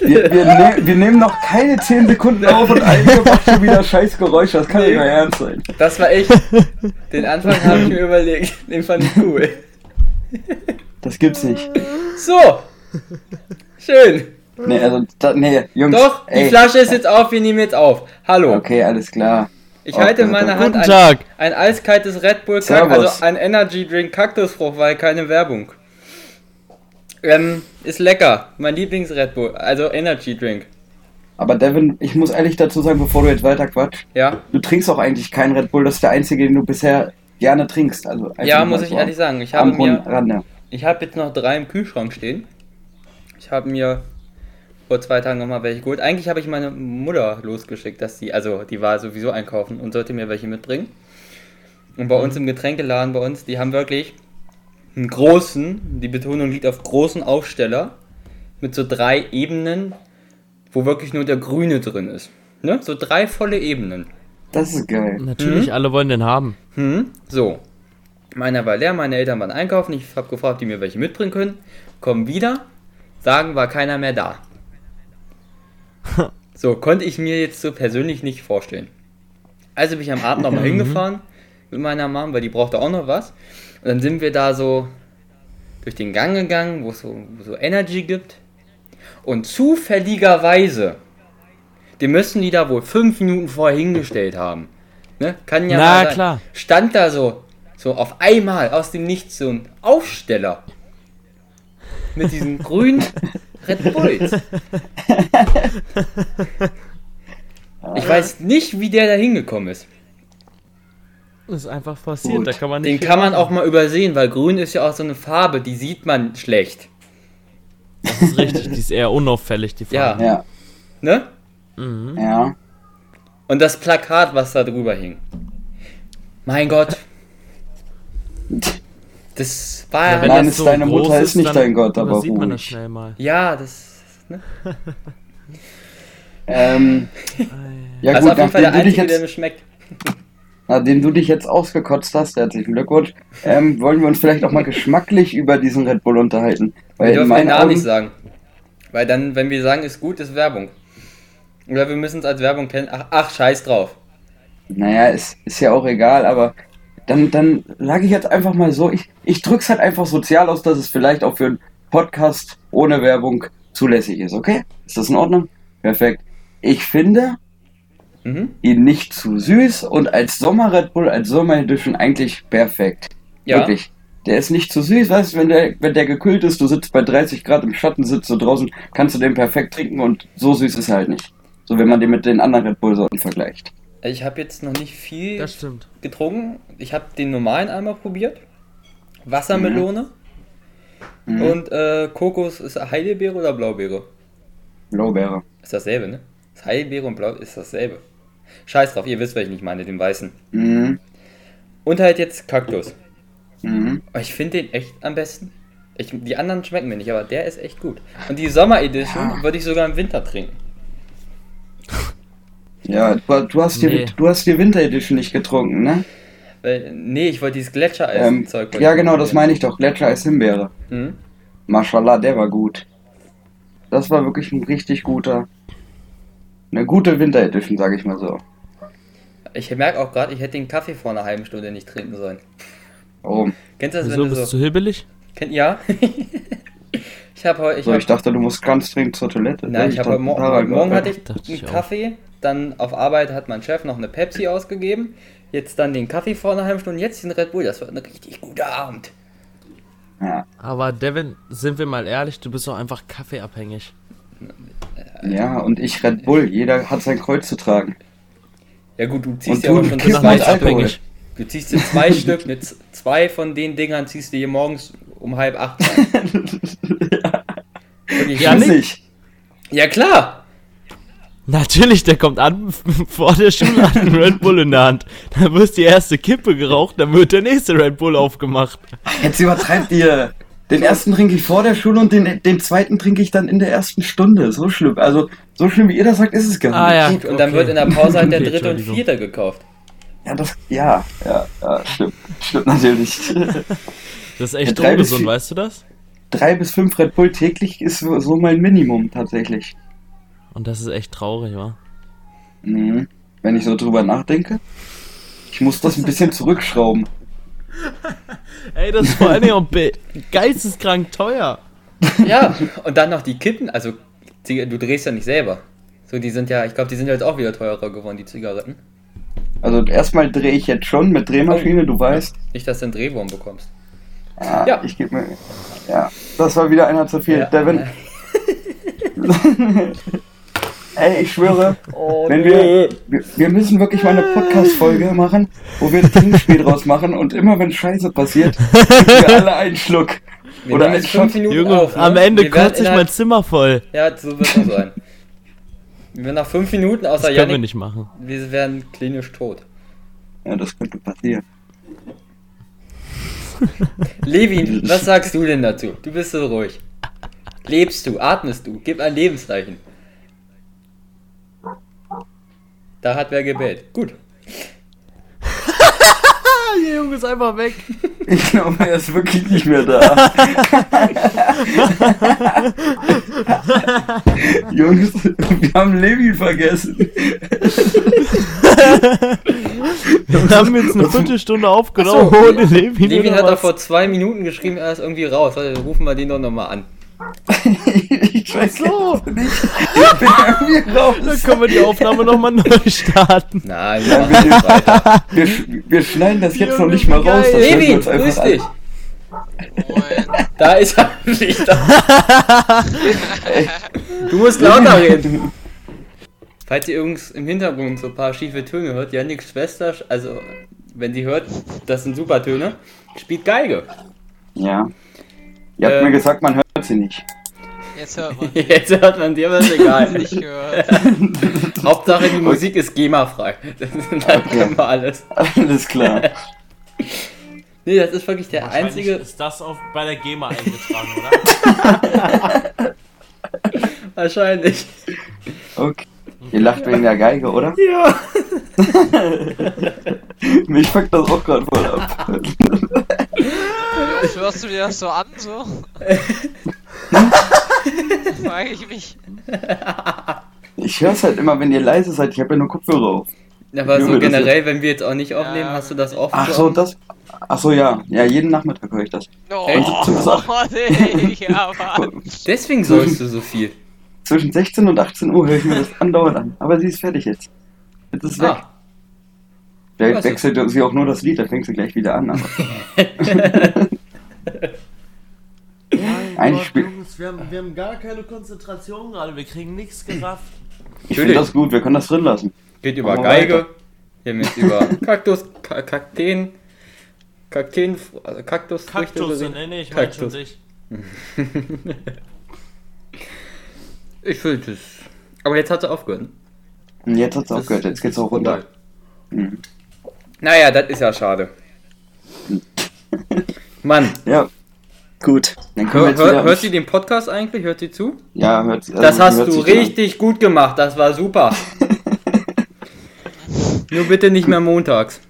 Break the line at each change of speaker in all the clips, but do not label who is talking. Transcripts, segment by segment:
Wir, wir, ne wir nehmen noch keine 10 Sekunden auf und eigentlich macht schon wieder scheiß Geräusche. Das kann nicht mehr ernst sein.
Das war echt. Den Anfang habe ich mir überlegt. Den fand ich cool.
Das gibt's nicht.
So. Schön.
Nee, also, da, nee, Jungs.
Doch, die
ey.
Flasche ist jetzt auf. Wir nehmen jetzt auf. Hallo.
Okay, alles klar.
Ich halte in
Oh Gott,
meiner
oh
Hand
Guten
ein,
Tag.
ein eiskaltes Red Bull, Kack,
Servus.
also ein Energy Drink Kaktusfrucht, weil keine Werbung. Ähm, ist lecker. Mein Lieblings Red Bull, also Energy Drink.
Gott. Aber Devin, ich muss ehrlich dazu sagen, bevor du jetzt weiter quatscht,
Ja,
du trinkst auch eigentlich keinen Red Bull. Das ist der einzige, den du bisher gerne trinkst. Also, einfach
ja,
mal
muss ich
so
ehrlich sagen. Ich habe
Am
mir,
Rande.
ich habe jetzt noch drei im Kühlschrank stehen. Ich habe mir vor zwei Tagen nochmal welche geholt. Eigentlich habe ich meine Mutter losgeschickt, dass sie, also die war sowieso einkaufen und sollte mir welche mitbringen. Und bei uns im Getränkeladen, bei uns, die haben wirklich einen großen, die Betonung liegt auf großen Aufsteller mit so drei Ebenen, wo wirklich nur der Grüne drin ist. Ne? So drei volle Ebenen.
Das ist
Mhm.
geil.
Natürlich, alle wollen den haben.
Hm, so. Meiner war leer, meine Eltern waren einkaufen. Ich habe gefragt, ob die mir welche mitbringen können. Kommen wieder, sagen, war keiner mehr da. So, konnte ich mir jetzt so persönlich nicht vorstellen. Also bin ich am Abend nochmal hingefahren mit meiner Mom, weil die brauchte auch noch was. Und dann sind wir da so durch den Gang gegangen, wo es so, wo so Energy gibt. Und zufälligerweise, die müssen die da wohl fünf Minuten vorher hingestellt haben. Ne? Kann ja
Na,
mal sein.
klar.
Stand da so, so auf einmal aus dem Nichts so ein Aufsteller. Mit diesen grünen Red Bulls. Ich weiß nicht, wie der da hingekommen ist.
Das ist einfach passiert,
Gut.
da kann man
Den
nicht.
kann man auch mal übersehen, weil grün ist ja auch so eine Farbe, die sieht man schlecht.
Das ist richtig, die ist eher unauffällig, die
Ja.
Farbe.
Ja,
Ne?
ja.
Und das Plakat, was da drüber hing. Mein Gott. Das war
Wenn
ja.
Nein,
das
ist deine
groß
Mutter, ist nicht
dann
dein Gott, aber
übersieht man das
ruhig.
schnell mal.
Ja, das. Ne?
Ähm, ja,
Also
gut,
auf jeden
nachdem
Fall der
du dich
einzige, der
jetzt
mir schmeckt.
Nachdem du dich jetzt ausgekotzt hast, herzlichen Glückwunsch, ähm, wollen wir uns vielleicht auch mal geschmacklich über diesen Red Bull unterhalten. Weil
Wir
in
dürfen den
meinen
Namen
Augen,
nicht sagen. Weil dann, wenn wir sagen, ist gut, ist Werbung. Oder wir müssen es als Werbung kennen. Ach, ach scheiß drauf.
naja, ist, ist ja auch egal, aber dann, dann sage ich jetzt einfach mal so, ich, ich drück's halt einfach sozial aus, dass es vielleicht auch für einen Podcast ohne Werbung zulässig ist, okay? Ist das in Ordnung? Perfekt. Ich finde
Mhm.
ihn nicht zu süß und als Sommer Red Bull, als Sommer Edition eigentlich perfekt.
Ja.
Wirklich. Der ist nicht zu süß, weißt du, wenn der, wenn der gekühlt ist, du sitzt bei 30 Grad im Schatten, sitzt so draußen, kannst du den perfekt trinken und so süß ist er halt nicht. So, wenn man den mit den anderen Red Bull-Sorten vergleicht.
Ich habe jetzt noch nicht viel
Das stimmt.
getrunken. Ich habe den normalen einmal probiert. Wassermelone.
Mhm.
Und äh, Kokos ist Heidelbeere oder Blaubeere?
Blaubeere.
Ist dasselbe, ne? Ist Heidelbeere und Blau ist dasselbe. Scheiß drauf, ihr wisst, welchen ich meine, den weißen.
Mhm.
Und halt jetzt Kaktus.
Mhm.
Aber Ich finde den echt am besten. Ich, die anderen schmecken mir nicht, aber der ist echt gut. Und die Sommer Edition würde ich sogar im Winter trinken.
Ja, du, du, hast die,
Nee.
du hast die Winter Edition nicht getrunken, ne?
Weil, nee, ich wollte dieses Gletschereis
Ähm,
Zeug.
ja, genau, das meine ich doch. Gletscher als Himbeere.
Mhm.
Mashallah, der war gut. Das war wirklich ein richtig guter. Eine gute Winter Edition, sag ich mal so.
Ich merke auch gerade, ich hätte den Kaffee vor einer halben Stunde nicht trinken sollen.
Oh,
Kennst du das,
Wieso
wenn du
bist
so.
du hibbelig?
Kennt, ja? ich habe heute. Ich
so,
hab,
ich dachte, du musst ganz dringend zur Toilette.
Nein, ich habe heute Morgen, heute Morgen hatte ich
Dachte ich
einen
auch.
Kaffee, dann auf Arbeit hat mein Chef noch eine Pepsi ausgegeben, jetzt dann den Kaffee vor einer halben Stunde, jetzt den Red Bull. Das war ein richtig guter Abend.
Ja,
Aber Devin, sind wir mal ehrlich, du bist doch einfach kaffeeabhängig.
ja, und ich Red Bull. Jeder hat sein Kreuz zu tragen.
Ja gut, du
Und
ziehst ja
du
auch schon
kriegst
Bist doch
Das
zwei
noch
nicht
ist Alkohol.
Stück.
abhängig.
Du ziehst dir zwei Stück, mit z- zwei von den Dingern ziehst du hier morgens um halb acht rein. Wirklich
Ja,
schlimm.
nicht?
Schließlich.
ja klar!
Natürlich, der kommt an vor der Schule hat einen Red Bull in der Hand. Dann wird die erste Kippe geraucht, dann wird der nächste Red Bull aufgemacht.
Jetzt übertreibt ihr. Den ersten trinke ich vor der Schule und den, den zweiten trinke ich dann in der ersten Stunde. So schlimm. Also, so schlimm wie ihr das sagt, ist es gar nicht.
Ah ja.
Gut, und dann
okay.
wird in der Pause halt der
Okay,
dritte und
Entschuldigung.
vierte gekauft.
Ja, das, ja, ja, ja, stimmt. Stimmt natürlich.
Das ist echt
drei bis
ungesund,
vier-
weißt du das?
drei bis fünf Red Bull täglich ist so so mein Minimum tatsächlich.
Und das ist echt traurig, wa?
Mhm. Wenn ich so drüber nachdenke. Ich muss das ein bisschen zurückschrauben.
Ey, das ist vor allen Dingen auch be- geisteskrank teuer.
Ja, und dann noch die Kippen, also die, du drehst ja nicht selber. So, die sind ja, ich glaube, die sind ja jetzt auch wieder teurer geworden, die Zigaretten.
Also erstmal drehe ich jetzt schon mit Drehmaschine, du weißt.
Nicht, dass du einen Drehwurm bekommst.
Ah,
Ja.
Ich gebe mir. Ja, das war wieder einer zu viel.
Ja.
Devin. Ey, ich schwöre,
Oh,
wenn wir, wir, wir müssen wirklich mal eine Podcast-Folge machen, wo wir ein Trinkspiel draus machen und immer wenn Scheiße passiert, trinken wir alle einen Schluck.
wir
Oder
nehmen
einen
jetzt fünf
Schluck.
Minuten
Junge,
auf. ne?
am Ende
Wir werden
kotze ich mein
innerhalb-
Zimmer voll.
Ja, so wird es sein. Wenn wir nach fünf Minuten,
Das
außer
können wir
Janik,
nicht machen.
wir werden klinisch tot.
Ja, das könnte passieren.
Levin, was sagst du denn dazu? Du bist so ruhig. Lebst du, atmest du, gib ein Lebenszeichen. Da hat wer gebellt. Gut.
Ah, der Junge ist einfach weg.
Ich glaube, er ist wirklich nicht mehr da. Jungs, wir haben Levi vergessen.
Wir haben jetzt eine Viertelstunde aufgenommen
Ach so,
ohne Levin.
Levin
oder
hat doch
was?
vor zwei Minuten geschrieben, er ist irgendwie raus. Warte, rufen wir den doch nochmal an.
ich weiß
so.
es nicht. Ich bin irgendwie
Dann
raus.
können wir die Aufnahme nochmal neu starten.
Nein, wir machen jetzt weiter.
Wir, sch- wir schneiden das jetzt noch nicht mal
Junge,
raus.
geil.
Das hören wir
Levin,
uns einfach
grüß
an.
dich. Da ist er wieder. Du musst lauter reden. Falls ihr übrigens im Hintergrund so ein paar schiefe Töne hört, Yannicks Schwester, also wenn sie hört, das sind super Töne, spielt Geige.
Ja. Ihr habt
Ähm.
mir gesagt, man hört sie nicht.
Jetzt hört man äh,
Jetzt hört man dir was egal.
nicht gehört.
Hauptsache die Musik ist GEMA-frei. Dann können wir alles.
Alles klar.
Nee, das ist wirklich der einzige.
ist das auf, bei der GEMA eingetragen, oder?
Wahrscheinlich.
Okay. Ihr lacht wegen der Geige, oder?
Ja.
Mich fuckt das auch gerade voll ab.
Jungs, hörst du dir das so an, so? Frage ich mich.
Ich höre es halt immer, wenn ihr leise seid. Ich habe ja nur Kopfhörer auf.
Aber so
Junge, das ist-
generell, wenn wir jetzt auch nicht aufnehmen,
Ja,
hast du das oft.
Ach so, das. Ach so, ja. Ja, jeden Nachmittag höre ich das.
Oh,
Echt?
oh nee, ja, Mann.
Deswegen sollst du so viel.
Zwischen 16 und 18 Uhr höre ich mir das andauernd an. Aber sie ist fertig jetzt. Jetzt ist weg.
Ah.
Vielleicht
was ist-
wechselt sie auch nur das Lied, dann fängt sie gleich wieder an. Aber
Mein
Ein
Gott,
Spiel-
Jungs, wir haben, wir haben gar keine Konzentration gerade, wir kriegen nichts gerafft.
ich finde das gut, wir können das drin lassen.
Geht über
Aber
Geige.
weiter.
Wir haben jetzt über Kaktus, Ka- Kakteen, Kakteen, also Kaktus,
Kaktus, nee, nee, ich meine schon
Kaktus.
dich.
Ich finde das. Aber jetzt hat sie aufgehört. ne?
Und jetzt hat's
Das-
aufgehört, Oh jetzt geht's auch
Vorbei.
runter. Mhm.
Naja, das ist ja schade.
Mhm.
Mann,
Ja. Gut. Dann können wir
hör,
jetzt
hör,
wieder.
hört sie den Podcast eigentlich? Hört sie zu?
ja, hört sie- also
Das
sie
hast
hört
du
sich an.
richtig gut gemacht, das war super. Nur bitte nicht mehr montags.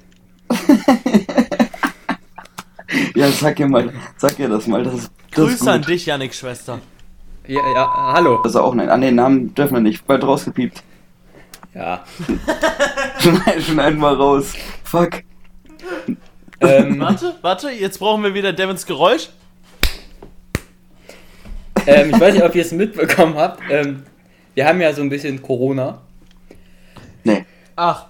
Ja, sag ihr mal, sag ihr das mal. Das ist, das ist
Grüße an
gut.
dich, Janik Schwester.
Ja, ja, hallo.
Das ist auch nicht. An den Namen dürfen wir nicht. Bald rausgepiept.
Ja.
Schneid- Schneiden wir raus. Fuck.
Ähm,
Warte,
Warte, jetzt brauchen wir wieder Devins Geräusch.
ähm, ich weiß nicht, ob ihr es mitbekommen habt. Ähm, wir haben ja so ein bisschen Corona.
Nee.
ach,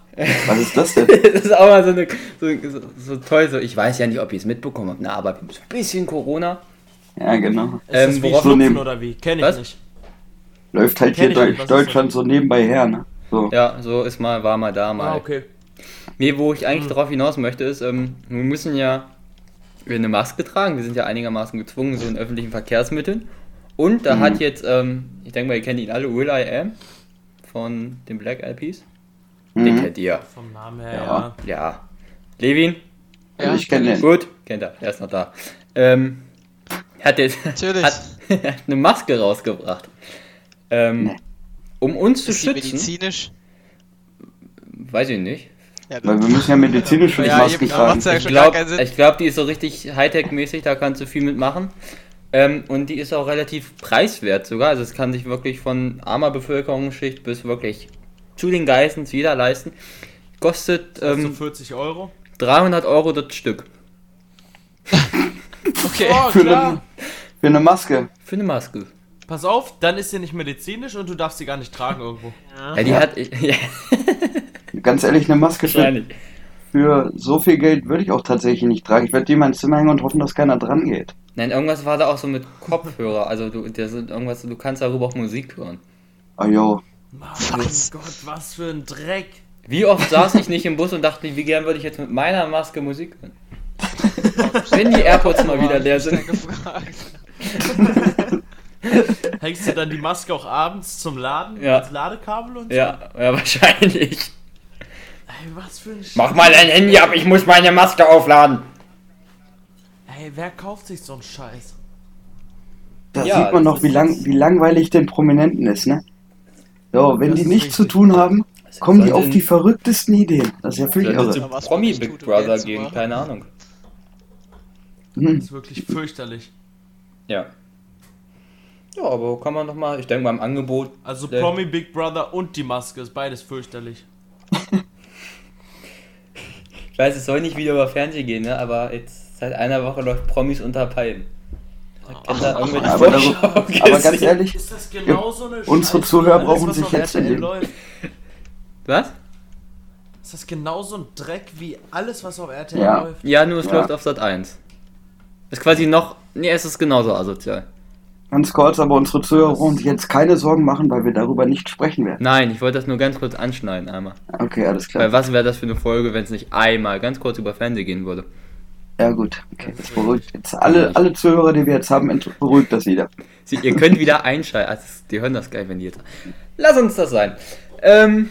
Was ist das denn?
das ist auch mal so, eine, so, so, so toll. So, ich weiß ja nicht, ob ihr es mitbekommen habt, na, aber wir haben so ein bisschen Corona.
Ja, genau.
ist
Ähm,
das wie
worauf-
So
Schnupfen
nehmen.
oder wie? Kenn ich
Was?
nicht.
Läuft halt hier
Kenn ich nicht,
Deutsch,
was ist
Deutschland so nebenbei her, ne? So.
Ja, so ist mal, war mal da mal.
Ah, okay.
Nee, wo ich
Hm.
eigentlich drauf hinaus möchte, ist, ähm, wir müssen ja wir eine Maske tragen. Wir sind ja einigermaßen gezwungen, so in öffentlichen Verkehrsmitteln. Und da hat jetzt, ähm, ich denke mal, ihr kennt ihn alle, Will I Am von den Black Eyed Peas. Den
Mhm.
kennt ihr.
Vom Namen her,
Ja.
ja.
Ja. Levin,
Ja,
ich kenne den.
gut, kennt er, er ist noch da. Ähm, hat jetzt
Natürlich.
hat eine Maske rausgebracht. Ähm,
Nee.
Um uns zu
Ist die
schützen,
medizinisch?
weiß ich nicht.
Ja,
Weil wir müssen ja medizinisch
Ja,
schon die
eben,
Masken
da macht's
tragen.
ja
Ich
schon gar
glaube,
keinen Sinn.
glaub, die ist so richtig Hightech-mäßig, da kannst du viel mitmachen. Ähm, und die ist auch relativ preiswert sogar. Also es kann sich wirklich von armer Bevölkerungsschicht bis wirklich zu den Geißen jeder leisten. Kostet
Also
ähm,
40 Euro.
300 Euro das Stück.
Okay.
Oh,
Für
klar.
eine, für eine Maske.
Für eine Maske.
Pass auf, dann ist sie nicht medizinisch und du darfst sie gar nicht tragen irgendwo.
Ah. Ja, die
Ja.
hat. Ja,
Ganz ehrlich, eine Maske für,
wahrscheinlich.
für so viel Geld würde ich auch tatsächlich nicht tragen. Ich werde die in mein Zimmer hängen und hoffen, dass keiner dran geht.
Nein, irgendwas war da auch so mit Kopfhörer. Also du, das sind irgendwas, du kannst darüber auch Musik hören.
Ah jo.
Mein Gott, was für ein Dreck.
Wie oft saß ich nicht im Bus und dachte, wie gern würde ich jetzt mit meiner Maske Musik hören? Wenn die AirPods
Oh,
mal wieder leer sind.
gefragt.
Hängst du dann die Maske auch abends zum Laden?
Ja.
Als Ladekabel und
Ja, ja, wahrscheinlich.
so? Ey, was für ein Sch
Mach mal dein Handy ab, ich muss meine Maske aufladen.
Ey, wer kauft sich so einen Scheiß?
Da
Ja,
sieht man
das
noch, wie, lang, wie langweilig den Prominenten ist, ne? So, wenn
Das
die
ist
nichts zu
richtig.
tun haben, kommen die
sollte
auf die
in-
verrücktesten Ideen. Das ist ja also völlig
Sollte
irre.
zu
Was
Promi
man nicht
Big
tut, um
Brother
Geld zu
gehen,
machen.
keine Ahnung.
Das
Hm.
ist wirklich fürchterlich.
Ja. Ja, aber kann man doch mal, ich denke mal im Angebot.
Also
Der-
Promi Big Brother und die Maske ist beides fürchterlich.
Ich weiß, es soll nicht wieder über Fernsehen gehen, ne? aber jetzt seit einer Woche läuft Promis unter Palmen. Da kennt er irgendwelche
Aber,
Vorschau
darüber, aber ganz
gesehen.
ehrlich,
Ist das genau so eine
unsere
Scheiße,
Zuhörer
alles,
brauchen
was
sich
auf
jetzt
RTL
in den-
läuft?
Was?
Ist das genau so ein Dreck wie alles, was auf RTL
Ja.
läuft?
Ja, nur es
Ja.
läuft auf Sat 1. Ist quasi noch. Nee, es ist genauso asozial.
ganz kurz, aber unsere Zuhörer brauchen sich jetzt keine Sorgen machen, weil wir darüber nicht sprechen werden.
Nein, ich wollte das nur ganz kurz anschneiden einmal.
Okay, alles
Weil
klar.
was wäre das für eine Folge, wenn es nicht einmal ganz kurz über Fernsehen gehen würde?
Ja gut, okay, das beruhigt jetzt alle, alle Zuhörer, die wir jetzt haben, ent- beruhigt das wieder.
Sie, ihr könnt wieder einschalten. Also, die hören das gleich, wenn die jetzt. Lass uns das sein. Ähm.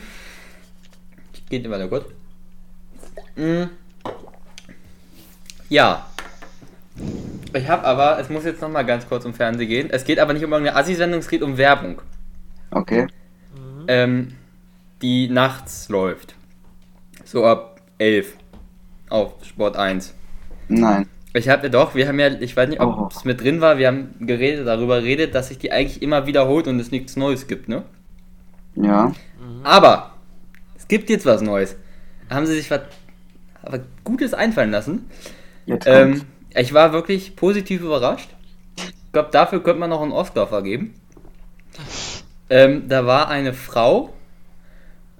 Geht immer nur gut. Mm. Ja. Ich habe aber, es muss jetzt nochmal ganz kurz um Fernsehen gehen. Es geht aber nicht um irgendeine Assi-Sendung, es geht um Werbung.
Okay,
ähm, die nachts läuft. So ab 11 auf Sport 1.
nein.
Ich habe ja doch, wir haben ja, ich weiß nicht,
Oh.
ob es mit drin war, wir haben geredet, darüber geredet, dass sich die eigentlich immer wiederholt und es nichts Neues gibt, ne?
Ja,
Aber es gibt jetzt was Neues. Haben sie sich was aber Gutes einfallen lassen.
jetzt kommt's.
Ähm, ich war wirklich positiv überrascht. Ich glaube, dafür könnte man noch einen Oscar vergeben. Ähm, da war eine Frau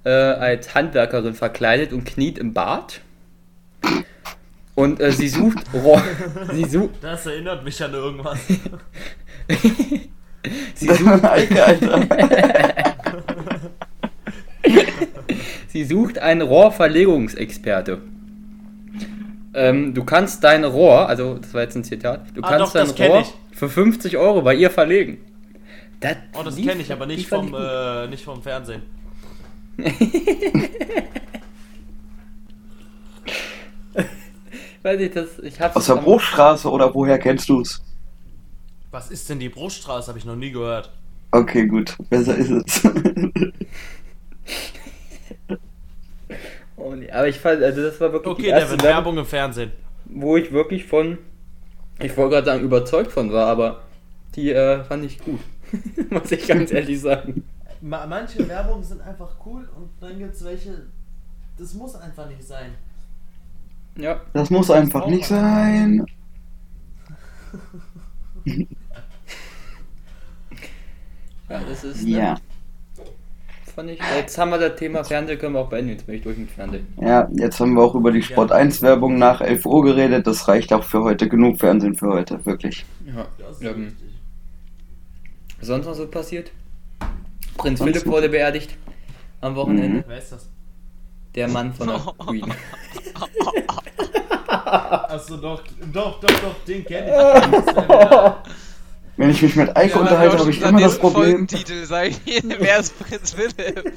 äh, als Handwerkerin verkleidet und kniet im Bad. Und äh, sie sucht Ro sie, su
Das erinnert mich an irgendwas.
sie, sucht,
Alter, Alter.
sie sucht einen Rohrverlegungsexperte. Ähm, du kannst dein Rohr, also das war jetzt ein Zitat, du
Ah,
kannst
doch,
dein
das kenn
Rohr
ich.
für 50 Euro bei ihr verlegen. Das,
Oh, das
die-
kenne ich aber
die
nicht
fand ich
vom,
gut.
äh, nicht vom Fernsehen.
Weiß ich, das, ich hab's
Aus der
am-
Bruchstraße oder woher kennst du's?
Was ist denn die Bruststraße? Habe ich noch nie gehört.
Okay, gut, besser ist es.
Oh, nee, aber ich fand, also das war wirklich die
Okay,
erste
Devin,
Werbung,
Werbung im Fernsehen.
wo ich wirklich von, ich wollte gerade sagen, überzeugt von war, aber die äh, fand ich gut. Muss ich ganz ehrlich sagen.
Ma- Manche Werbungen sind einfach cool und dann gibt es welche, das muss einfach nicht sein.
Ja.
Das muss einfach nicht sein.
Ja, das ist. Ne,
Ja,
Fand ich. Jetzt haben wir das Thema Fernsehen, können wir auch beenden. Jetzt bin ich durch mit Fernsehen.
ja, jetzt haben wir auch über die Sport 1 Werbung nach 11 Uhr geredet. Das reicht auch für heute. Genug Fernsehen für heute, wirklich.
Ja.
Das ist
Ähm,
richtig.
sonst noch so passiert? Prinz
Sonst
Philipp
noch?
wurde beerdigt am Wochenende.
Mhm.
Wer ist das?
Der Mann von der Queen.
Achso, doch, doch, doch, doch, den kenne ich. Das ist der Werder.
Wenn ich mich mit Eike
Ja,
unterhalte,
wir
habe ich
schon
immer
den
das Problem.
Folgentitel, sag ich dir. Wer ist Prinz Philipp?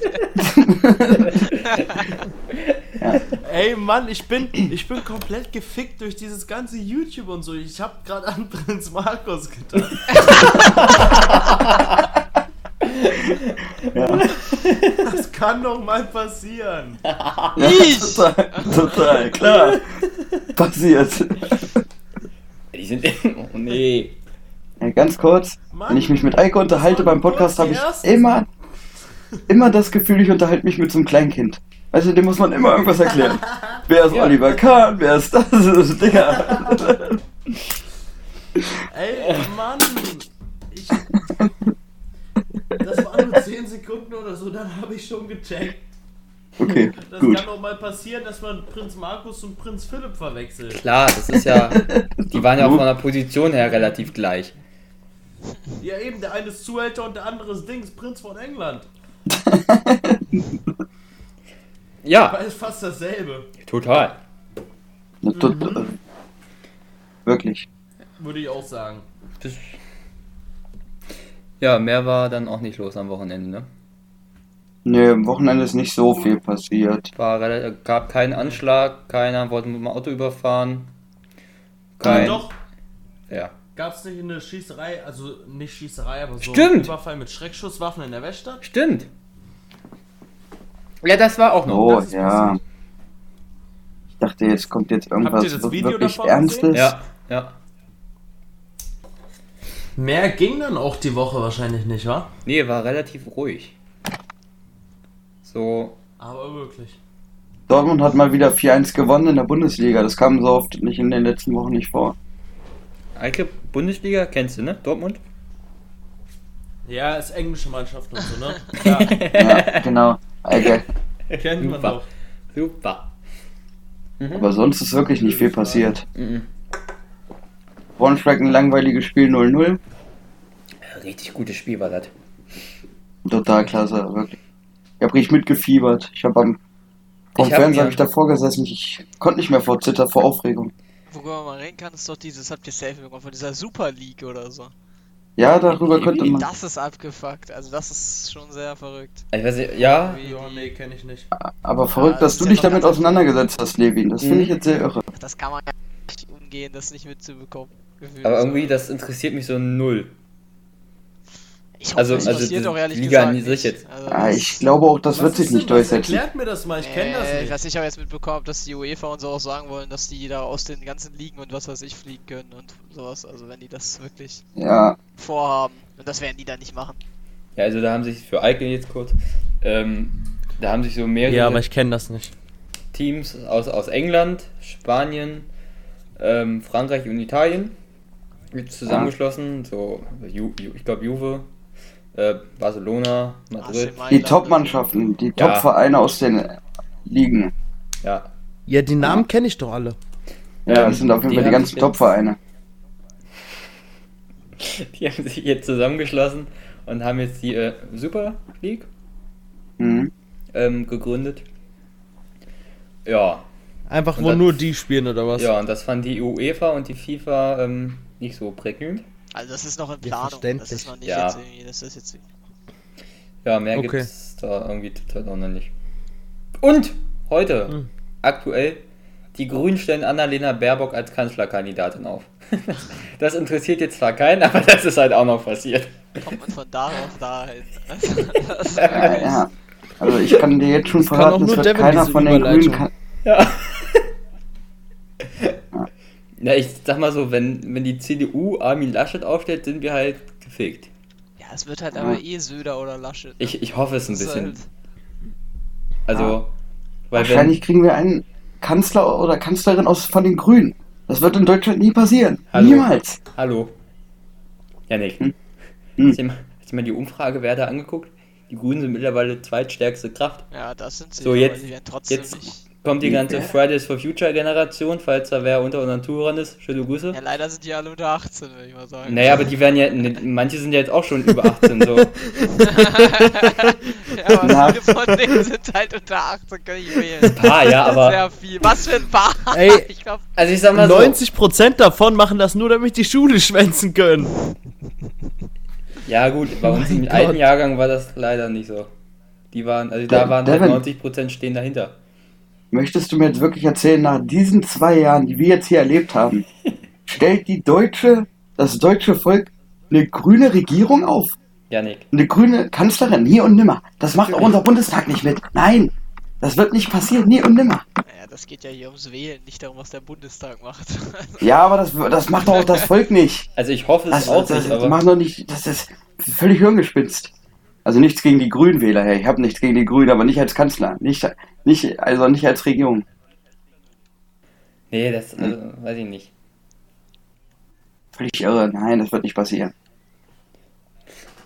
Ey Mann, ich bin, ich bin komplett gefickt durch dieses ganze YouTube und so. Ich habe gerade an Prinz Markus gedacht. Das kann doch mal passieren.
Ich!
Total, total, klar. Passiert.
Die sind. Oh nee.
Ja, Äh, ganz kurz,
Mann,
wenn ich mich mit Eike unterhalte
das
beim
waren
Podcast,
kurz
habe
die
ich
ersten.
immer, immer das Gefühl, ich unterhalte mich mit so einem Kleinkind. Also dem muss man immer irgendwas erklären. Wer ist Oliver Kahn? Wer ist das? Digga.
Ey, Mann! Ich, das waren nur 10 Sekunden oder so, dann habe ich schon gecheckt.
Okay,
Das
gut.
kann doch mal passieren, dass man Prinz Markus und Prinz Philipp verwechselt.
Klar, das ist ja. Die waren ja auch von der Position her relativ gleich.
Ja, eben, der eine ist Zuhälter und der andere ist Dings, Prinz von England.
Ja,
Weil es fast dasselbe.
total.
Na, tut- äh, Wirklich.
Würde ich auch sagen.
Das ja, mehr war dann auch nicht los am Wochenende. Ne?
Nee, am Wochenende ist nicht so viel passiert.
War, rela- gab keinen Anschlag, keiner wollte mit dem Auto überfahren. Kein.
Doch,
Ja.
gab es nicht eine Schießerei, also nicht Schießerei, aber so
Stimmt.
einen Überfall mit Schreckschusswaffen in der Weststadt?
Stimmt. Ja, das war auch noch. ne?
Oh,
das ist
ja. Ich dachte, jetzt kommt jetzt irgendwas
Habt ihr das Video
wirklich
davon
Ernstes.
gesehen?
Ja, ja.
Mehr ging dann auch die Woche wahrscheinlich nicht, wa?
Nee, war relativ ruhig. So,
Aber wirklich.
Dortmund hat mal wieder 4-1 gewonnen in der Bundesliga. Das kam so oft nicht in den letzten Wochen nicht vor.
Eike, Bundesliga kennst du, ne? Dortmund?
Ja, ist englische Mannschaft und so, ne? Ja,
Ja, genau. Okay.
kennt man
Super.
doch.
Super.
Aber sonst ist wirklich nicht viel passiert.
Mhm.
Braunschweig ein langweiliges Spiel 0-0.
Richtig gutes Spiel war das.
Total klasse, wirklich. Ich habe richtig mitgefiebert. Ich habe am vom
Ich hab
Fernseher
mir-
hab ich davor gesessen. Ich konnte nicht mehr vor Zitter, vor Aufregung.
Worüber man reden kann, ist doch dieses, habt ihr safe irgendwann von dieser Super League oder so.
Ja, darüber könnte man.
Das ist abgefuckt, also das ist schon sehr verrückt.
Ich weiß nicht, ja,
Wie
Ja,
die-
oh, nee, kenne ich nicht.
Aber verrückt,
Ja,
dass
das
du
ist
dich
ja noch
damit
ganz-
auseinandergesetzt hast, Levin. Das finde ich jetzt sehr irre.
Das kann man ja nicht umgehen, das nicht mitzubekommen. gefühlt
aber
so.
irgendwie, das interessiert mich so null.
Ich hoffe,
also-
das
also
passiert
die
auch ehrlich
Liga
gesagt
an sich
nicht.
jetzt.
Also
Ja,
das-
Ah, ich glaube auch, das
Was
wird
ist
sich
denn
nicht
das?
durchsetzen.
Erklärt mir das mal, ich kenne
Äh, Ich
das nicht.
weiß nicht, ich habe jetzt mitbekommen, dass die UEFA und so auch sagen wollen, dass die da aus den ganzen Ligen und was weiß ich fliegen können und sowas. Also wenn die das wirklich
Ja,
vorhaben. Und das werden die dann nicht machen.
Ja, also da haben sich für Eike jetzt kurz, ähm, da haben sich so mehrere
ich kenne das nicht.
Teams aus, aus England, Spanien, ähm, Frankreich und Italien jetzt zusammengeschlossen. So, Ju, Ju, ich glaube Juve, äh, Barcelona, Madrid.
AC Mailand
die
und-
Top-Mannschaften, die
Ja.
Top-Vereine aus den Ligen.
Ja,
Ja, die Namen kenne ich doch alle.
Ja, das sind auf jeden
die
Fall die
haben
ganzen
sich
Top-Vereine.
die haben sich jetzt zusammengeschlossen und haben jetzt die äh, Super League
Mhm.
ähm, gegründet. Ja,
Einfach,
Und wo dann- nur
die spielen oder was?
ja, und das fand die UEFA und die FIFA ähm, nicht so prickelnd.
Also das ist noch in
Ja,
Planung. das
verständlich.
ist noch nicht
Ja.
jetzt irgendwie, das ist jetzt
Ja, mehr
Okay.
gibt's da irgendwie total auch noch nicht. Und heute,
Hm.
aktuell, die Grünen stellen Annalena Baerbock als Kanzlerkandidatin auf. das interessiert jetzt zwar keinen, aber das ist halt auch noch passiert.
kommt man von da auf da halt. Also, das ist
Ja, ja. Also ich kann dir jetzt schon
kann auch
verraten,
nur
es wird
Devin
keiner
diese
von den Grünen.
Überleitung.
Kan
Ja. Na, ich sag mal so, wenn, wenn die CDU Armin Laschet aufstellt, sind wir halt gefickt.
ja, es wird halt aber eh Söder oder Laschet. ne?
Ich, ich hoffe es ein
Das ist
bisschen.
halt- Ah.
Also, weil wenn.
Wahrscheinlich kriegen wir einen Kanzler oder Kanzlerin aus von den Grünen. Das wird in Deutschland nie passieren.
Hallo.
Niemals.
Hallo. Janik.
Hm? Hm.
Hast du mal- hast du mal die Umfrage Werder angeguckt? Die Grünen sind mittlerweile zweitstärkste Kraft.
ja, das sind sie.
So,
aber
jetzt-
die werden trotzdem
Jetzt
nicht.
kommt
Hm.
die ganze Fridays for Future Generation, falls da wer unter unseren Zuhörern ist. Schöne Grüße.
Ja, leider sind die alle unter 18, würde ich mal sagen.
Naja, aber die werden ja, ne, manche sind ja jetzt auch schon über 18 so.
ja,
Na.
aber viele von denen sind halt unter 18, kann ich wählen.
Paar, ja, aber.
Sehr viel. Was für ein Paar!
Ey.
Ich glaube,
Also ich sag mal so.
90% davon machen das nur, damit die Schule schwänzen können.
Ja gut, bei
Oh
uns im
Mein
alten
Gott.
Jahrgang war das leider nicht so. Die waren, also da
Der-
waren halt
Devin.
90% stehen dahinter.
Möchtest du mir jetzt wirklich erzählen, nach diesen zwei Jahren, die wir jetzt hier erlebt haben, stellt die deutsche, das deutsche Volk eine grüne Regierung auf?
Janik.
Eine grüne Kanzlerin? Nie und nimmer. Das macht auch unser Bundestag nicht mit. Nein. Das wird nicht passieren, nie und nimmer.
Naja, das geht ja hier ums Wählen, nicht darum, was der Bundestag macht.
Ja, aber das, das macht doch auch das Volk nicht.
Also ich hoffe es
Das,
auch
das, das,
nicht, aber
macht doch nicht. Das ist völlig hirngespitzt. Also nichts gegen die Grünwähler, hey. Ich habe nichts gegen die Grünen, aber nicht als Kanzler. Nicht, nicht, also nicht als Regierung.
nee, das also, weiß ich nicht.
Völlig irre. Nein, das wird nicht passieren.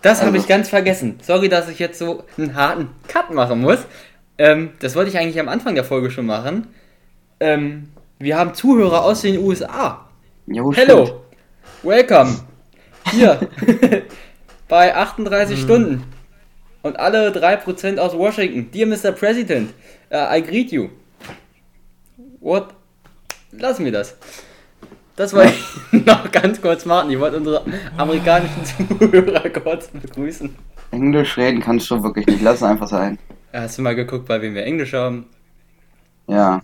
Das habe
Also-
ich ganz vergessen. Sorry, dass ich jetzt so einen harten Cut machen muss. Ähm, das wollte ich eigentlich am Anfang der Folge schon machen. Ähm, wir haben Zuhörer aus den USA.
Jo, stimmt.
Hello, welcome. Hier bei 38
Mhm.
Stunden. Und alle 3% aus Washington. Dear Mr. President, äh, I greet you. What? Lassen wir das. Das wollte ich noch ganz kurz machen. Ich wollte unsere amerikanischen Zuhörer kurz begrüßen.
Englisch reden kannst du wirklich nicht. Lass es einfach sein.
Hast du mal geguckt, bei wem wir Englisch haben?
Ja,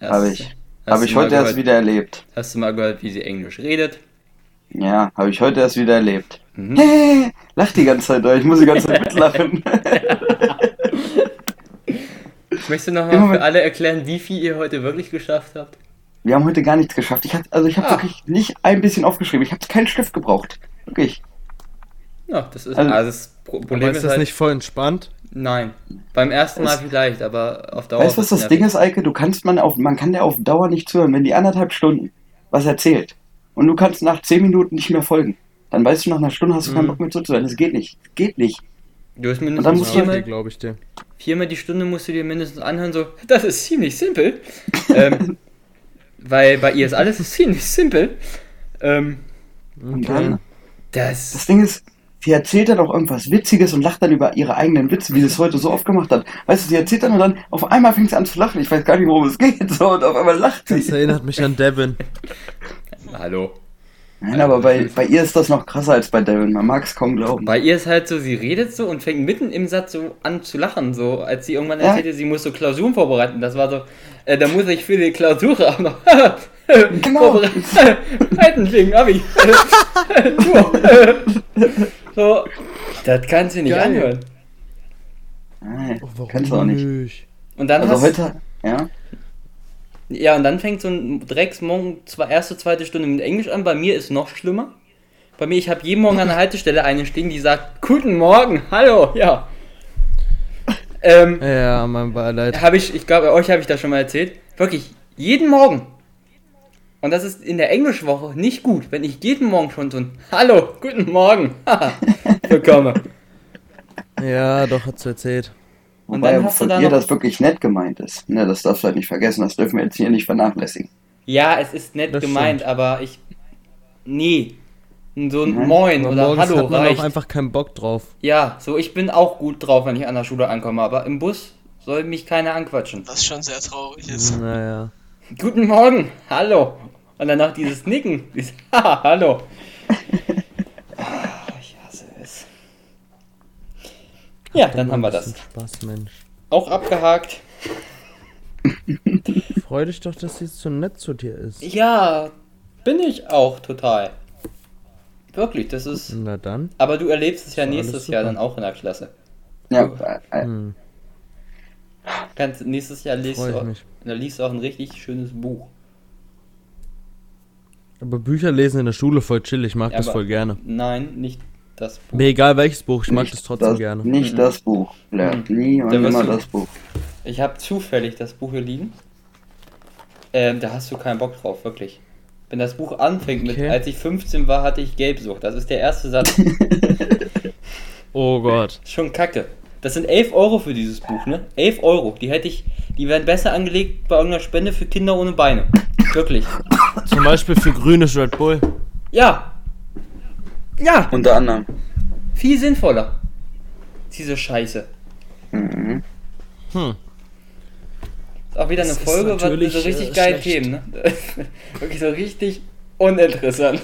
Hast-
habe ich.
hast
Habe
du
ich
mal
heute erst
gehört-
wieder erlebt.
Hast du mal gehört, wie sie Englisch redet?
Ja, habe ich heute erst wieder erlebt.
Mhm.
Hey, lach die ganze Zeit, ich muss die ganze Zeit mitlachen.
Ich möchte
Im
nochmal
Moment-
für alle erklären, wie viel ihr heute wirklich geschafft habt.
Wir haben heute gar nichts geschafft. Ich hab, also
Ah.
ich habe wirklich nicht ein bisschen aufgeschrieben. Ich habe keinen Stift gebraucht. Wirklich.
Ja, das ist.
Also-
Also, das Pro-
Aber
Problem
ist
ist
das
halt,
nicht voll entspannt?
Nein. Beim ersten Mal
Es-
vielleicht, aber auf Dauer.
weißt du, was
wird's
das Ding
nervig.
ist, Eike? Du kannst man auf, man kann der auf Dauer nicht zuhören, wenn die anderthalb Stunden was erzählt und du kannst nach zehn Minuten nicht mehr folgen. Dann weißt du, nach einer Stunde hast du keinen
Mhm.
Bock mehr zuzuhören. Das geht nicht. Das geht nicht.
Du hast
Und dann
mindestens
musst du- halt-
Okay,
viermal,
glaube ich dir.
viermal die Stunde musst du dir mindestens anhören, so, das ist ziemlich simpel. ähm, weil bei ihr ist alles ziemlich simpel. Ähm,
Und dann,
Okay.
das
das.
Ding ist, sie erzählt dann auch irgendwas Witziges und lacht dann über ihre eigenen Witze, wie sie es heute so oft gemacht hat. Weißt du, sie erzählt dann und dann auf einmal fängt sie an zu lachen. Ich weiß gar nicht, worum es geht. So, und auf einmal lacht sie.
Das erinnert mich an Devin.
Hallo.
Nein, aber bei, bei ihr ist das noch krasser als bei Devin. Man mag es kaum glauben.
Bei ihr ist halt so, sie redet so und fängt mitten im Satz so an zu lachen, so als sie irgendwann
Ja.
erzählte, sie muss so Klausuren vorbereiten. Das war so, äh, da muss ich für die Klausur auch noch
Genau.
vorbereiten wegen Abi. so, das kannst du nicht
Geil.
anhören.
Nein, kannst du auch nicht.
Und dann
Also
hast,
heute, ja.
ja und dann fängt so ein Drecksmorgen zwei, erste zweite Stunde mit Englisch an. Bei mir ist noch schlimmer. Bei mir, ich habe jeden Morgen an der Haltestelle eine stehen, die sagt Guten Morgen, hallo, ja. Ähm,
Ja, mein Beileid.
habe ich, ich glaube, euch habe ich das schon mal erzählt. Wirklich, jeden Morgen. Und das ist in der Englischwoche nicht gut, wenn ich jeden Morgen schon so ein Hallo, guten Morgen bekomme.
Ja, doch, hat's erzählt.
Und
Wobei
dann hast du
von
da
ihr
noch-
das wirklich nett gemeint ist. Ne, das darfst du halt nicht vergessen. Das dürfen wir jetzt hier nicht vernachlässigen.
Ja, es ist nett
Das
gemeint, aber ich. Nee. So ein
Mhm.
Moin
Aber
oder
morgens
Hallo
hat man
reicht.
auch einfach keinen Bock drauf.
Ja, so ich bin auch gut drauf, wenn ich an der Schule ankomme, aber im Bus soll mich keiner anquatschen.
Was schon sehr traurig ist.
Mhm.
Naja.
Guten Morgen, hallo. Und danach dieses Nicken, dieses Haha, hallo. Ah, Ich hasse es. Ja, dann haben wir das.
Spaß, Mensch.
Auch abgehakt.
Freu dich doch, dass sie so nett zu dir ist.
Ja, bin ich auch total. Wirklich, das ist.
Na dann.
Aber du erlebst es ja
alles
nächstes
super.
Jahr dann auch in der Klasse.
Ja, äh, äh,
Hm,
Kannst, nächstes Jahr liest
Freu
du,
ich
auch,
mich.
da liest du auch ein richtig schönes Buch.
Aber Bücher lesen in der Schule voll chill, ich mag
Ja,
das
aber-
voll gerne.
Nein, nicht das Buch.
Mir egal welches Buch, ich mag
nicht
das trotzdem
das,
gerne.
Nicht
Mhm.
das Buch. Blair.
Mhm.
Nie und
Dann wirst
immer
du-
das Buch.
Ich habe zufällig das Buch hier liegen. Ähm, da hast du keinen Bock drauf, wirklich. Wenn das Buch anfängt
Okay.
mit, als ich 15 war, hatte ich Gelbsucht. Das ist der erste Satz.
Oh Gott.
Schon kacke. Das sind 11 Euro für dieses Buch, ne? 11 Euro. Die hätte ich, die wären besser angelegt bei irgendeiner Spende für Kinder ohne Beine. Wirklich.
Zum Beispiel für grünes Red Bull.
Ja. Ja.
Unter anderem.
Viel sinnvoller. Diese Scheiße.
Mhm.
Hm.
Ist auch wieder eine
Das ist
Folge, was mit
natürlich,
so
äh,
richtig geilen
schlecht.
Themen, ne? Wirklich so richtig uninteressant.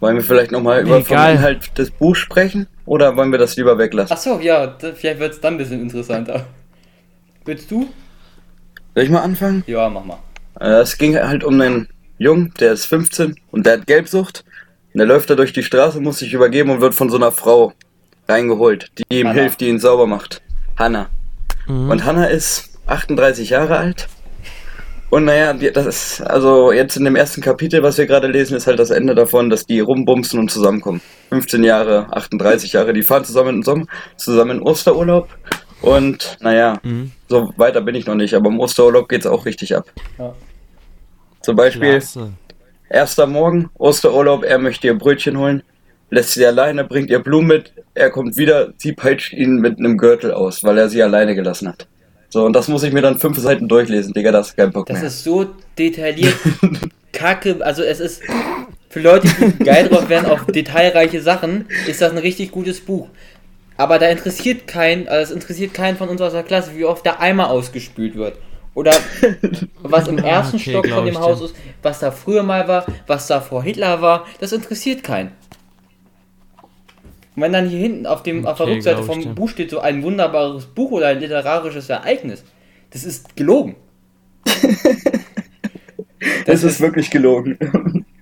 Wollen wir vielleicht nochmal
über- vom Egal.
Inhalt des Buchs halt sprechen? Oder wollen wir das lieber weglassen?
Achso, ja, da- vielleicht wird es dann ein bisschen interessanter. Willst du?
Soll ich mal anfangen?
Ja, mach mal.
Äh, Es ging halt um einen Jungen, der ist 15 und der hat Gelbsucht. Und der läuft da durch die Straße, muss sich übergeben und wird von so einer Frau reingeholt, die ihm
Hannah.
hilft, die ihn sauber macht. Hannah. Und Hannah ist 38 Jahre alt. Und naja, die- das ist, also jetzt in dem ersten Kapitel, was wir gerade lesen, ist halt das Ende davon, dass die rumbumsen und zusammenkommen. 15 Jahre, 38 Jahre, die fahren zusammen in Sommer, zusammen in Osterurlaub. Und naja, so weiter bin ich noch nicht, aber im Osterurlaub geht's auch richtig ab.
Ja.
Zum Beispiel,
Klasse.
Erster Morgen, Osterurlaub, er möchte ihr Brötchen holen, lässt sie alleine, bringt ihr Blumen mit, er kommt wieder, sie peitscht ihn mit einem Gürtel aus, weil er sie alleine gelassen hat. So, und das muss ich mir dann fünf Seiten durchlesen, Digga, das ist kein Bock
Das
mehr.
ist so detailliert kacke. Also es ist für Leute, die geil drauf werden auf detailreiche Sachen, ist das ein richtig gutes Buch. Aber da interessiert keinen, also es interessiert keinen von uns aus der Klasse, wie oft der Eimer ausgespült wird. Oder was im ersten
Ah, okay,
Stock
glaub
von dem
ich
Haus
dir.
ist, was da früher mal war, was da vor Hitler war, das interessiert keinen. Und wenn dann hier hinten auf, dem, auf der
Okay,
Rückseite
glaub ich dir.
vom Buch steht so ein wunderbares Buch oder ein literarisches Ereignis, das ist gelogen.
Das ist wirklich gelogen.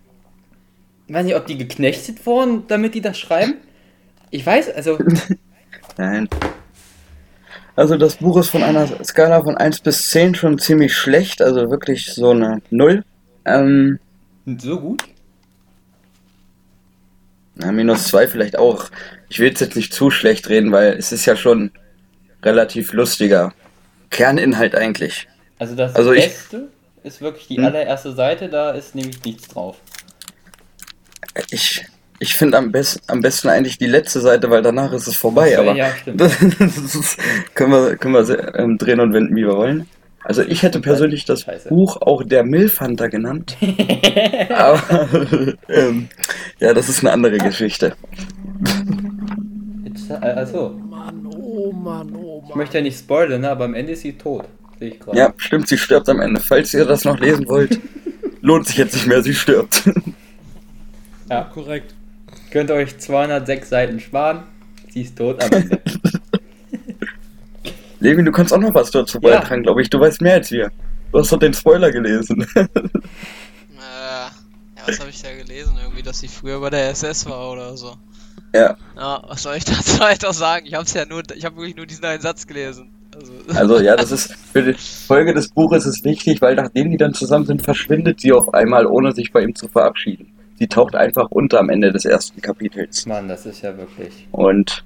Ich weiß nicht, ob die geknechtet wurden, damit die das schreiben. Ich weiß, also,
Nein. Also das Buch ist von einer Skala von 1 bis 10 schon ziemlich schlecht, also wirklich so eine Null. Ähm,
so gut.
Na, minus zwei vielleicht auch. Ich will es jetzt nicht zu schlecht reden, weil es ist ja schon relativ lustiger Kerninhalt eigentlich.
Also, das
Also ich-
Beste ist wirklich die
Hm?
allererste Seite, da ist nämlich nichts drauf.
Ich, ich finde am, best, am besten eigentlich die letzte Seite, weil danach ist es vorbei.
Ach so,
Ah, aber
ja, stimmt.
das, ist, können wir, können wir se- ähm, drehen und wenden, wie wir wollen. Also ich hätte persönlich das
Scheiße.
Buch auch der Milfhunter genannt. aber ähm, ja, das ist eine andere Geschichte.
Jetzt, äh, also,
Mann, oh Mann, oh Mann.
ich möchte ja nicht spoilern, ne, aber am Ende ist sie tot. Sehe ich gerade.
Ja, stimmt, sie stirbt am Ende. Falls ihr das noch lesen wollt, lohnt sich jetzt nicht mehr, sie stirbt.
ja.
Korrekt.
Könnt ihr euch 206 Seiten sparen. Sie ist tot am Ende.
Levin, du kannst auch noch was dazu
Ja.
beitragen, glaube ich. Du weißt mehr als wir. Du hast doch den Spoiler gelesen.
Äh, ja, was habe ich da gelesen? Irgendwie, dass sie früher bei der SS war oder so.
ja,
Ja, was soll ich dazu weiter sagen? Ich hab's ja nur, ich habe wirklich nur diesen einen Satz gelesen. Also,
also ja, das ist für die Folge des Buches ist wichtig, weil nachdem die dann zusammen sind, verschwindet sie auf einmal, ohne sich bei ihm zu verabschieden. Sie taucht einfach unter am Ende des ersten Kapitels.
Mann, das ist ja wirklich.
Und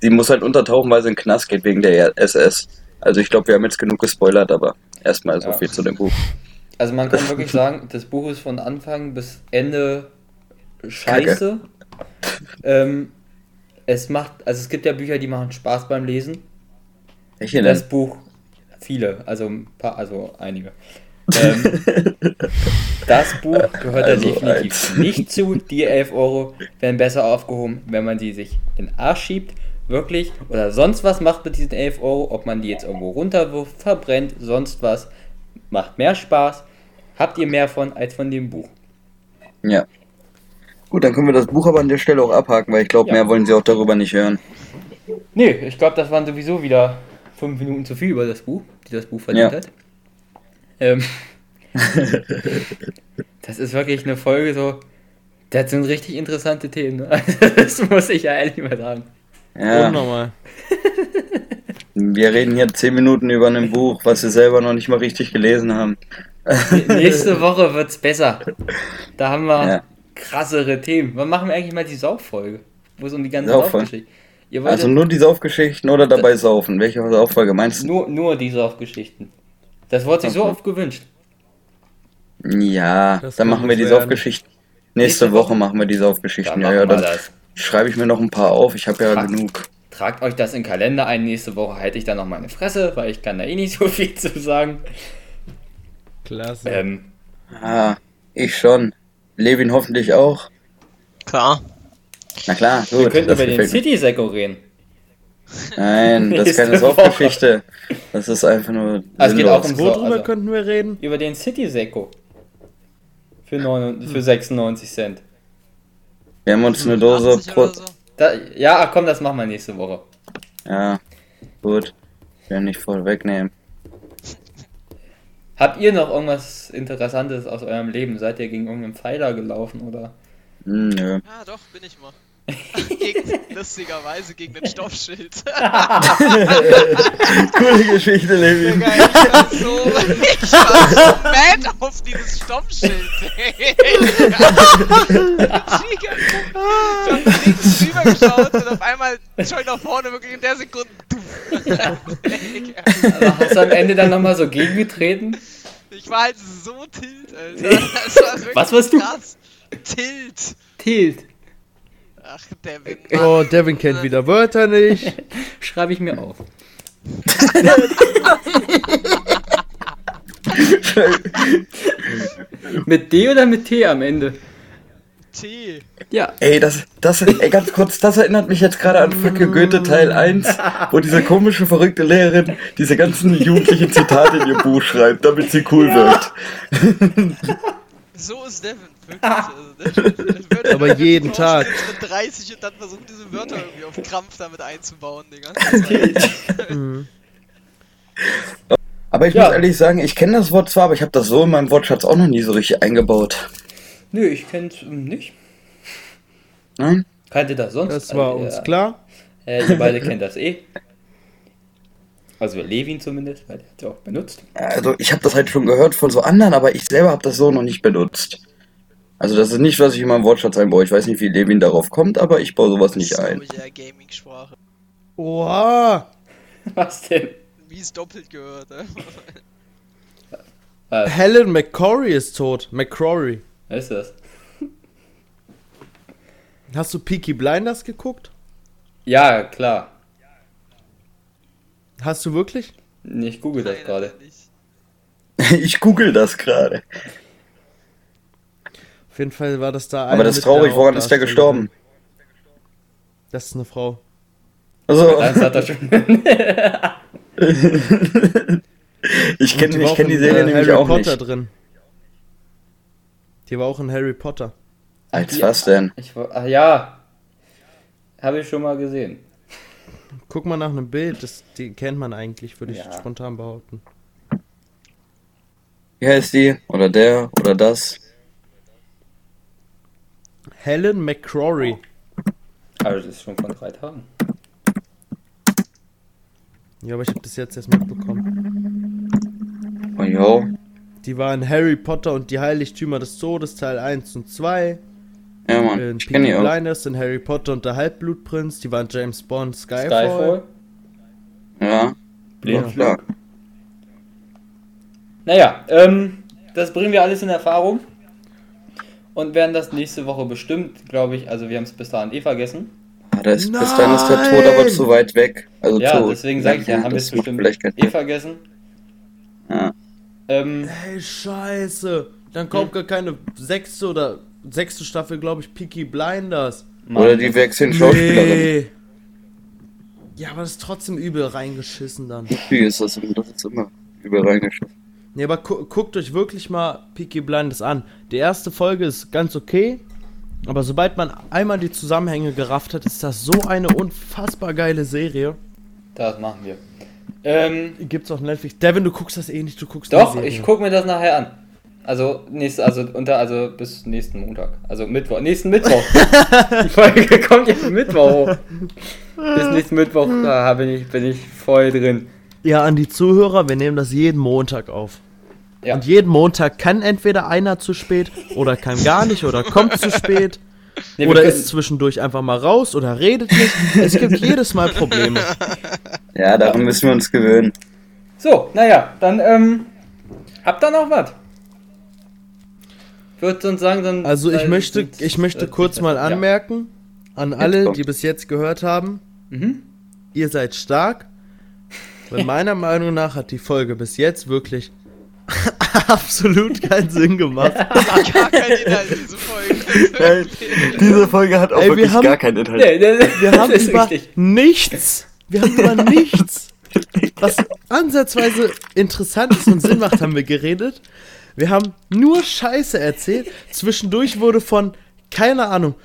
sie muss halt untertauchen, weil sie in den Knast geht wegen der SS. Also ich glaube, wir haben jetzt genug gespoilert, aber erstmal so
Ja.
viel zu dem Buch.
Also, man kann wirklich sagen, das Buch ist von Anfang bis Ende scheiße. Ähm, es macht, also, es gibt ja Bücher, die machen Spaß beim Lesen.
Welche denn?
Das Buch, viele, also ein paar, also einige. Ähm, das Buch gehört
Also
da definitiv
eins.
nicht zu. Die 11 Euro werden besser aufgehoben, wenn man sie sich in den Arsch schiebt, wirklich, oder sonst was macht mit diesen 11 Euro, ob man die jetzt irgendwo runterwirft, verbrennt, sonst was. Macht mehr Spaß, habt ihr mehr von als von dem Buch.
Ja. Gut, dann können wir das Buch aber an der Stelle auch abhaken, weil ich glaube,
Ja.
mehr wollen sie auch darüber nicht hören.
Nee, ich glaube, das waren sowieso wieder fünf Minuten zu viel über das Buch, die das Buch verdient
Ja.
hat. Ähm, das ist wirklich eine Folge so. Das sind richtig interessante Themen. Ne? Das muss ich ja ehrlich mal sagen.
Ja.
Unnormal.
Wir reden hier zehn Minuten über ein Buch, was wir selber noch nicht mal richtig gelesen haben.
Nächste Woche wird's besser. Da haben wir
Ja.
krassere Themen. Wann machen wir eigentlich mal die Sauffolge? Wo es um die ganze
Sauffolge?
Saufgeschichte Ihr wollt
Also nur die Saufgeschichten oder dabei saufen? Welche Sauffolge meinst du?
nur, nur die Saufgeschichten. Das wurde sich so
Okay.
oft gewünscht.
Ja,
Das
dann
kann
machen wir
gut
die
werden.
Saufgeschichten. Nächste Woche machen wir die Saufgeschichten.
Dann
Ja,
machen
ja,
wir
dann
das.
schreibe ich mir noch ein paar auf. Ich habe ja
Krass.
genug.
Tragt euch das in den Kalender ein. Nächste Woche halte ich dann noch meine Fresse, weil ich kann da eh nicht so viel zu sagen.
Klasse.
Ähm,
Ah, ich schon. Levin hoffentlich auch.
klar.
Na klar, gut.
wir könnten
das
über den
gefällt mir.
City Sekko reden.
Nein, das ist keine
Nächste Woche.
Saufgeschichte. Das ist einfach nur
Also es geht
sinnlos.
auch um so,
Worüber
also,
könnten wir reden?
über den City Sekko. Für, neun, für 96 Cent.
Wir haben uns eine Dose
80
Pro...
oder so.
Da, ja, ach komm, das machen wir nächste Woche.
Ja, gut. Ich will nicht voll wegnehmen.
Habt ihr noch irgendwas Interessantes aus eurem Leben? Seid ihr gegen irgendeinen Pfeiler gelaufen oder?
Hm, nö.
Ja, doch, bin ich mal. Gegen, lustigerweise gegen ein Stoffschild.
Coole Geschichte, Levi.
Digga, ich war so, ich war so mad auf dieses Stoppschild, ey. Digga, ich hab links rübergeschaut und auf einmal schon nach vorne, wirklich in der Sekunde. Digga,
Aber hast du am Ende dann nochmal so gegengetreten?
ich war halt so tilt, Alter. Das war wirklich
Was warst du?
Krass. Tilt.
Tilt.
Ach, der Wind.
Oh, Devin kennt wieder Wörter nicht.
Schreibe ich mir auf. mit D oder mit T am Ende?
T.
Ja.
Ey, das, das, ey, ganz kurz, das erinnert mich jetzt gerade an Fröcke Goethe Teil 1, wo diese komische, verrückte Lehrerin diese ganzen jugendlichen Zitate in ihr Buch schreibt, damit sie cool wird.
So ist Devin, wirklich. Also Devin, Devin wird
Aber jeden Tag.
Mit 30 und dann versucht diese Wörter irgendwie auf Krampf damit einzubauen, Digga.
Aber ich muss ehrlich sagen, ich kenne das Wort zwar, aber ich habe das so in meinem Wortschatz auch noch nie so richtig eingebaut.
Nö, ich kenn's ähm, nicht.
Nein?
Kannte das sonst?
Das war
also,
uns
ja.
klar.
Äh, ihr beide kennt das eh. Also Levin zumindest, weil der hat es auch benutzt.
Also ich habe das halt schon gehört von so anderen, aber ich selber habe das so noch nicht benutzt. Also das ist nicht, was ich in meinem Wortschatz einbaue. Ich weiß nicht, wie Levin darauf kommt, aber ich baue sowas nicht ein.
ja Gaming-Sprache.
Oha.
Was denn?
Wie es doppelt gehört, ne?
Helen McCrory ist tot. McCrory.
Was ist das?
Hast du Peaky Blinders geguckt?
Ja, klar.
Hast du wirklich?
Nee, Ich google das
Nein,
gerade.
natürlich.
Ich google das gerade.
Auf jeden Fall war das da
Aber
eine
das ist
mit
traurig,
der
woran ist der
Hauptdarstellerin.
gestorben?
Das ist eine Frau.
Also,
Das hat er schon.
ich
Die
kenne
war
ich
auch
kenn die
in,
Serie
äh,
nämlich
Harry
auch
Potter
nicht.
drin. Die war auch in Harry Potter.
Als was denn?
Ich, war- ah, ja. Habe ich schon mal gesehen.
Guck mal nach einem Bild, das, die kennt man eigentlich, würde ich
Ja.
spontan behaupten.
Wie heißt die? Oder der? Oder das?
Helen McCrory.
Aber das Also, ist schon von drei Tagen.
Ja, aber ich habe das jetzt erst mitbekommen.
Oh jo.
Die war in Harry Potter und die Heiligtümer des Todes, Teil 1 und 2.
Ja, Mann.
In
Hm, Ich kenne
Peaky
die auch.
Blinders, in Harry Potter und der Halbblutprinz. Die war in James Bond, Skyfall.
Skyfall.
Ja. Ja,
Blindflug.
klar.
Naja, ähm, das bringen wir alles in Erfahrung und werden das nächste Woche bestimmt, glaube ich. Also wir haben es bis dahin eh vergessen.
Ah, da ist, bis dahin ist der Tod aber zu weit weg. Also
Ja,
zu,
deswegen sage ich ja, haben wir es
das macht
bestimmt
vielleicht keinen
eh
Sinn.
vergessen.
Ja.
Ähm,
Ey, scheiße. Dann
Hm.
kommt gar keine sechste oder sechste Staffel, glaube ich, Peaky Blinders.
Mann,
Oder die wechseln Schauspielerin.
Nee. Ja, aber das ist trotzdem übel reingeschissen dann.
Wie ist das? immer- Das ist immer übel reingeschossen.
Nee, aber gu guckt euch wirklich mal Peaky Blinders an. Die erste Folge ist ganz okay, aber sobald man einmal die Zusammenhänge gerafft hat, ist das so eine unfassbar geile Serie.
das machen wir. Ähm,
Gibt's auch auf Netflix. Devin, du guckst das eh nicht, du guckst
doch,
die Serie.
ich gucke mir das nachher an. Also nächste, also unter, also bis nächsten Montag, also Mittwoch, nächsten Mittwoch. die Folge kommt ja Mittwoch. hoch. bis nächsten Mittwoch, da bin ich, bin ich voll drin.
Ja, an die Zuhörer, wir nehmen das jeden Montag auf.
Ja.
Und jeden Montag kann entweder einer zu spät oder kann gar nicht oder kommt zu spät
Nee, wir
oder
können-
ist zwischendurch einfach mal raus oder redet nicht. Es gibt jedes Mal Probleme.
Ja, daran müssen wir uns gewöhnen.
So, naja, dann ähm, habt ihr noch was? Ich würde sonst sagen, dann.
Also ich
weil-
möchte,
sonst-
ich möchte
äh,
kurz mal
ja.
anmerken an
Jetzt
alle,
kommt.
die bis jetzt gehört haben,
Mhm.
ihr seid stark. Weil meiner Meinung nach hat die Folge bis jetzt wirklich absolut keinen Sinn gemacht.
Gar kein Inhalt, diese Folge.
Diese Folge hat auch
Ey, wir wirklich haben- gar
keinen Inhalt.
Nee, nee, nee,
Wir
das
haben
ist
über
richtig.
nichts. Wir haben über nichts, was ansatzweise interessant ist und Sinn macht, haben wir geredet. Wir haben nur Scheiße erzählt. Zwischendurch wurde von, keine Ahnung,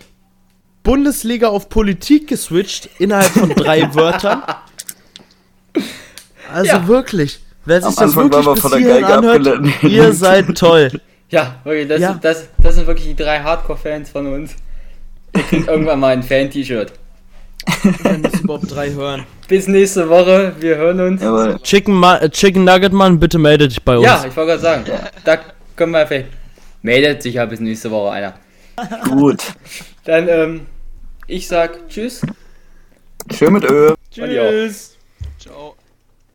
Bundesliga auf Politik geswitcht innerhalb von drei Wörtern. Also
Ja.
wirklich. Wer sich
Am
das
Anfang waren
wirklich
wir
bis
von der
hierhin
Geige
anhört,
abgelenkt.
ihr seid toll.
Ja, wirklich, das,
Ja.
Das, das sind wirklich die drei Hardcore-Fans von uns. Ihr kriegt irgendwann mal ein Fan-T-Shirt.
Dann müssen überhaupt drei hören.
Bis nächste Woche. Wir hören uns. Ja,
Jawohl.
Chicken, Ma äh, Chicken Nugget Mann, bitte melde dich bei uns.
ich wollte gerade sagen. Da können wir vielleicht. Meldet sich ja bis nächste Woche einer.
Gut.
Dann, ähm, ich sag Tschüss.
Schön mit Ö.
Tschüss.
Ciao.